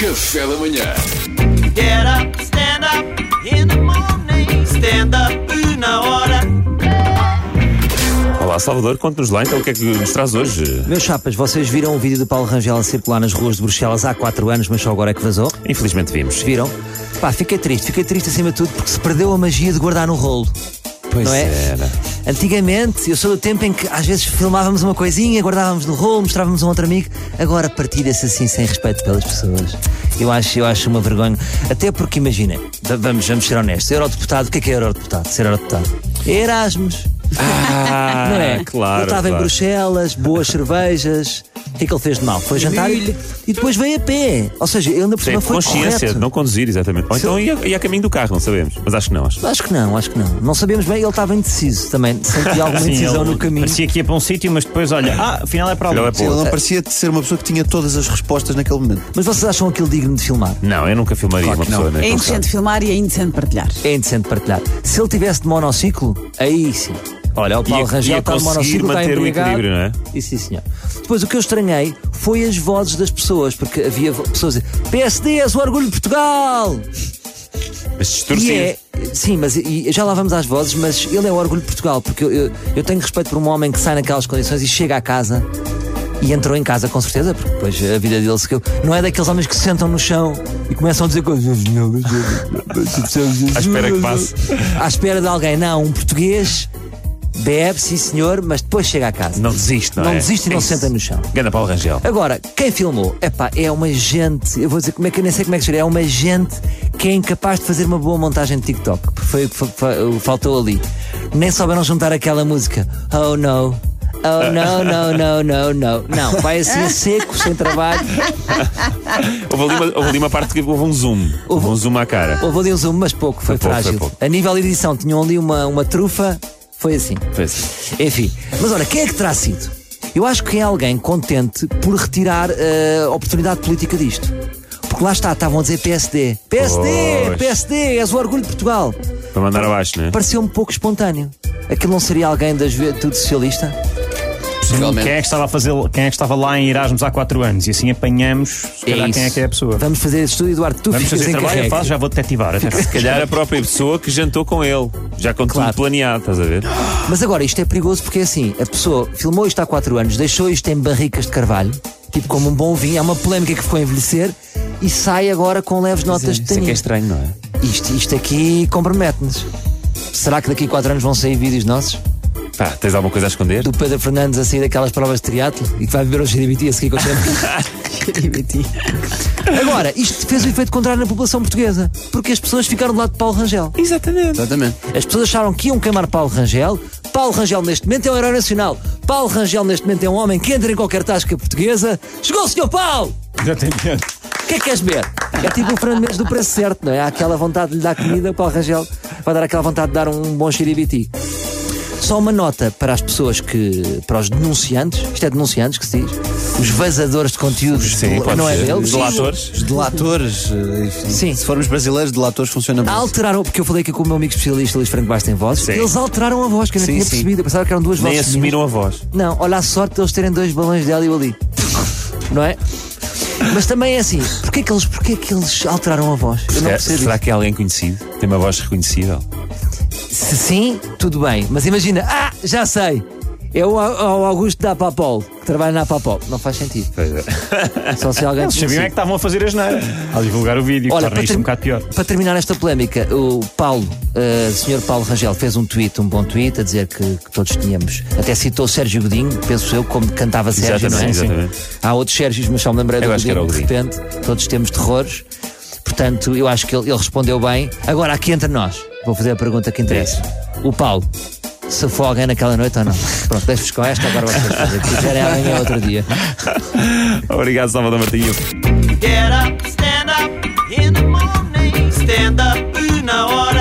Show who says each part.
Speaker 1: Café da manhã.
Speaker 2: Get up, stand up in the morning. Stand up na hora.
Speaker 3: Olá, Salvador, conta-nos lá então o que é que nos traz hoje.
Speaker 4: Meus chapas, vocês viram o vídeo do Paulo Rangel a circular nas ruas de Bruxelas há 4 anos, mas só agora é que vazou?
Speaker 3: Infelizmente vimos.
Speaker 4: Viram? Pá, fiquei triste, fiquei triste acima de tudo porque se perdeu a magia de guardar no rolo.
Speaker 3: Pois
Speaker 4: não é?
Speaker 3: era.
Speaker 4: Antigamente, eu sou do tempo em que às vezes filmávamos uma coisinha, guardávamos no rolo, mostrávamos a um outro amigo. Agora partilha-se assim sem respeito pelas pessoas. Eu acho, eu acho uma vergonha. Até porque, imagina, v- vamos, vamos ser honestos, eurodeputado, o que é que é eurodeputado? Ser eurodeputado? Erasmus.
Speaker 3: Ah,
Speaker 4: Não é?
Speaker 3: Claro.
Speaker 4: Eu estava em
Speaker 3: claro.
Speaker 4: Bruxelas, boas cervejas. O que é que ele fez de mal? Foi jantar e, e depois veio a pé. Ou seja, ele ainda por
Speaker 3: Tem
Speaker 4: cima foi
Speaker 3: consciência
Speaker 4: correto.
Speaker 3: de não conduzir, exatamente. Ou então ia, ia a caminho do carro, não sabemos. Mas acho que não. Acho.
Speaker 4: Acho que não, acho que não. Não sabemos bem, ele estava indeciso também. Senti alguma
Speaker 5: Sim,
Speaker 4: indecisão
Speaker 5: ele
Speaker 4: no caminho.
Speaker 5: Parecia que ia para um sítio, mas depois olha, ah, afinal é para ali.
Speaker 3: Afinal é para
Speaker 6: Ele
Speaker 3: outro.
Speaker 6: não parecia de ser uma pessoa que tinha todas as respostas naquele momento.
Speaker 4: Mas vocês acham aquilo digno de filmar?
Speaker 3: Não, eu nunca filmaria uma pessoa, né?
Speaker 7: É
Speaker 3: Como
Speaker 7: indecente filmar e é indecente partilhar.
Speaker 4: É indecente partilhar. Se ele tivesse de monociclo, aí sim. Olha, o
Speaker 3: Ia-
Speaker 4: Paulo Rangel
Speaker 3: ia
Speaker 4: está de
Speaker 3: conseguir
Speaker 4: monociclo, está
Speaker 3: manter o
Speaker 4: embriagado.
Speaker 3: equilíbrio, não é?
Speaker 4: E sim, senhor. Depois, o que eu estranhei foi as vozes das pessoas, porque havia vo- pessoas a dizer PSD é o orgulho de Portugal!
Speaker 3: sabe. Mas
Speaker 4: E
Speaker 3: distorcido.
Speaker 4: é- sim, mas e- já lá vamos às vozes, mas ele é o orgulho de Portugal, porque eu, eu, eu tenho respeito por um homem que sai naquelas condições e chega à casa e entrou em casa com certeza, porque depois a vida dele seguiu. Não é daqueles homens que se sentam no chão e começam a dizer coisas.
Speaker 3: À espera que passe.
Speaker 4: À espera de alguém, não, um português bebe, sim senhor, mas depois chega à casa.
Speaker 3: Não desiste, não,
Speaker 4: Não
Speaker 3: é?
Speaker 4: desiste e não
Speaker 3: É
Speaker 4: se
Speaker 3: isso.
Speaker 4: senta no chão.
Speaker 3: Ganda Paulo Rangel.
Speaker 4: Agora, quem filmou? Epá, é uma gente, eu vou dizer como é que eu nem sei como é que seria, é uma gente que é incapaz de fazer uma boa montagem de TikTok. porque Foi o que fa- fa- o que faltou ali. Nem souberam juntar aquela música. Oh no. Oh
Speaker 3: Ah.
Speaker 4: no, no, no, no, no. Não, vai assim a seco, sem trabalho.
Speaker 3: Houve ali, uma, houve ali uma parte que houve um zoom. Houve um zoom à cara.
Speaker 4: Houve ali um zoom, mas pouco, foi,
Speaker 3: Foi pouco, foi
Speaker 4: frágil.
Speaker 3: pouco.
Speaker 4: A nível de edição, tinham ali uma, uma trufa, foi assim.
Speaker 3: Foi assim.
Speaker 4: Enfim, mas olha, quem é que terá sido? Eu acho que é alguém contente por retirar eh, a oportunidade política disto. Porque lá está, estavam a dizer PSD. PSD,
Speaker 3: Pois.
Speaker 4: PSD, és o orgulho de Portugal.
Speaker 3: Para mandar abaixo, não é?
Speaker 4: Pareceu-me pouco espontâneo. Aquilo não seria alguém da juventude socialista?
Speaker 6: Possivelmente.
Speaker 5: Quem é, que estava a fazer, quem é que estava lá em Erasmus há 4 anos? E assim apanhamos, se calhar,
Speaker 4: isso.
Speaker 5: quem é que é a pessoa.
Speaker 4: Vamos fazer este estúdio, Eduardo, tu
Speaker 5: Vamos
Speaker 4: ficas
Speaker 5: fazer
Speaker 4: em
Speaker 5: trabalho, é eu faço, já vou detetivar. até
Speaker 3: Se calhar a própria pessoa que jantou com ele. Já com
Speaker 4: Claro.
Speaker 3: tudo planeado, estás a ver?
Speaker 4: Mas agora, isto é perigoso porque é assim, a pessoa filmou isto há 4 anos, deixou isto em barricas de carvalho, tipo como um bom vinho, há uma polémica que ficou a envelhecer, e sai agora com leves notas de tanino.
Speaker 3: estranho, não é?
Speaker 4: Isto, isto aqui compromete-nos. Será que daqui a 4 anos vão sair vídeos nossos?
Speaker 3: Pá, tens alguma coisa a esconder?
Speaker 4: Do Pedro Fernandes a sair daquelas provas de triatlo e que vai beber um xiribiti a seguir com o shampoo? Agora, isto fez o efeito contrário na população portuguesa, porque as pessoas ficaram do lado de Paulo Rangel.
Speaker 6: Exatamente.
Speaker 4: As pessoas acharam que iam queimar Paulo Rangel. Paulo Rangel, neste momento, é um herói nacional. Paulo Rangel, neste momento, é um homem que entra em qualquer tasca portuguesa. Chegou o senhor Paulo!
Speaker 5: Exatamente.
Speaker 4: O que é que queres ver? É tipo o Fernando Mendes do preço certo, não é? Há aquela vontade de lhe dar comida, o Paulo Rangel vai dar aquela vontade de dar um bom xiribiti. Só uma nota para as pessoas que. para os denunciantes, isto é denunciantes que se diz, os vazadores de conteúdos,
Speaker 3: Sim, pode
Speaker 4: não é
Speaker 3: ser.
Speaker 4: deles?
Speaker 3: Os delatores.
Speaker 6: Os delatores, eh, enfim,
Speaker 4: Sim.
Speaker 6: se formos brasileiros, delatores funciona bem.
Speaker 4: A Alteraram, porque eu falei aqui com o meu amigo especialista Luís Franco Basta em voz,
Speaker 3: Sim.
Speaker 4: eles alteraram a voz, que eu não
Speaker 6: Sim,
Speaker 4: tinha
Speaker 6: sim.
Speaker 4: percebido, eu pensava que eram duas
Speaker 3: Nem
Speaker 4: vozes.
Speaker 3: assumiram a voz.
Speaker 4: Não, olha a sorte deles terem dois balões de hélio ali. Não é? Mas também é assim, porquê que eles, porquê que eles alteraram a voz? Eu não
Speaker 3: Será,
Speaker 4: percebo.
Speaker 3: será que é alguém conhecido? Tem uma voz reconhecível?
Speaker 4: Se sim, tudo bem. Mas imagina, ah, já sei. É o, Au- o Augusto da Apapol, que trabalha na Apapol. Não faz sentido.
Speaker 3: é.
Speaker 4: Só se alguém
Speaker 5: Eles sabiam é que
Speaker 4: conhecer.
Speaker 5: estavam a fazer a geneira. A divulgar o vídeo, que
Speaker 4: Olha,
Speaker 5: torna isto
Speaker 4: ter-
Speaker 5: um bocado pior.
Speaker 4: para terminar esta polémica, o Paulo, eh, o senhor Paulo Rangel, fez um tweet, um bom tweet, a dizer que, que todos tínhamos. Até citou Sérgio Godinho, penso eu, como cantava Sérgio, não é?
Speaker 3: Exatamente, exatamente.
Speaker 4: Há outros Sérgios, mas só me lembrei
Speaker 3: Eu
Speaker 4: do
Speaker 3: acho que
Speaker 4: Godinho, de
Speaker 3: era o
Speaker 4: repente. Todos temos terrores. Portanto, eu acho que ele, ele respondeu bem. Agora, aqui entre nós, vou fazer a pergunta que interessa. O Paulo, se for alguém naquela noite ou não? Pronto, deixo-vos com esta, agora vocês fazem. Se quiserem amanhã, é outro dia.
Speaker 3: Obrigado, Salvador Martinho.
Speaker 2: Get up, stand up in the morning. Stand up na hora.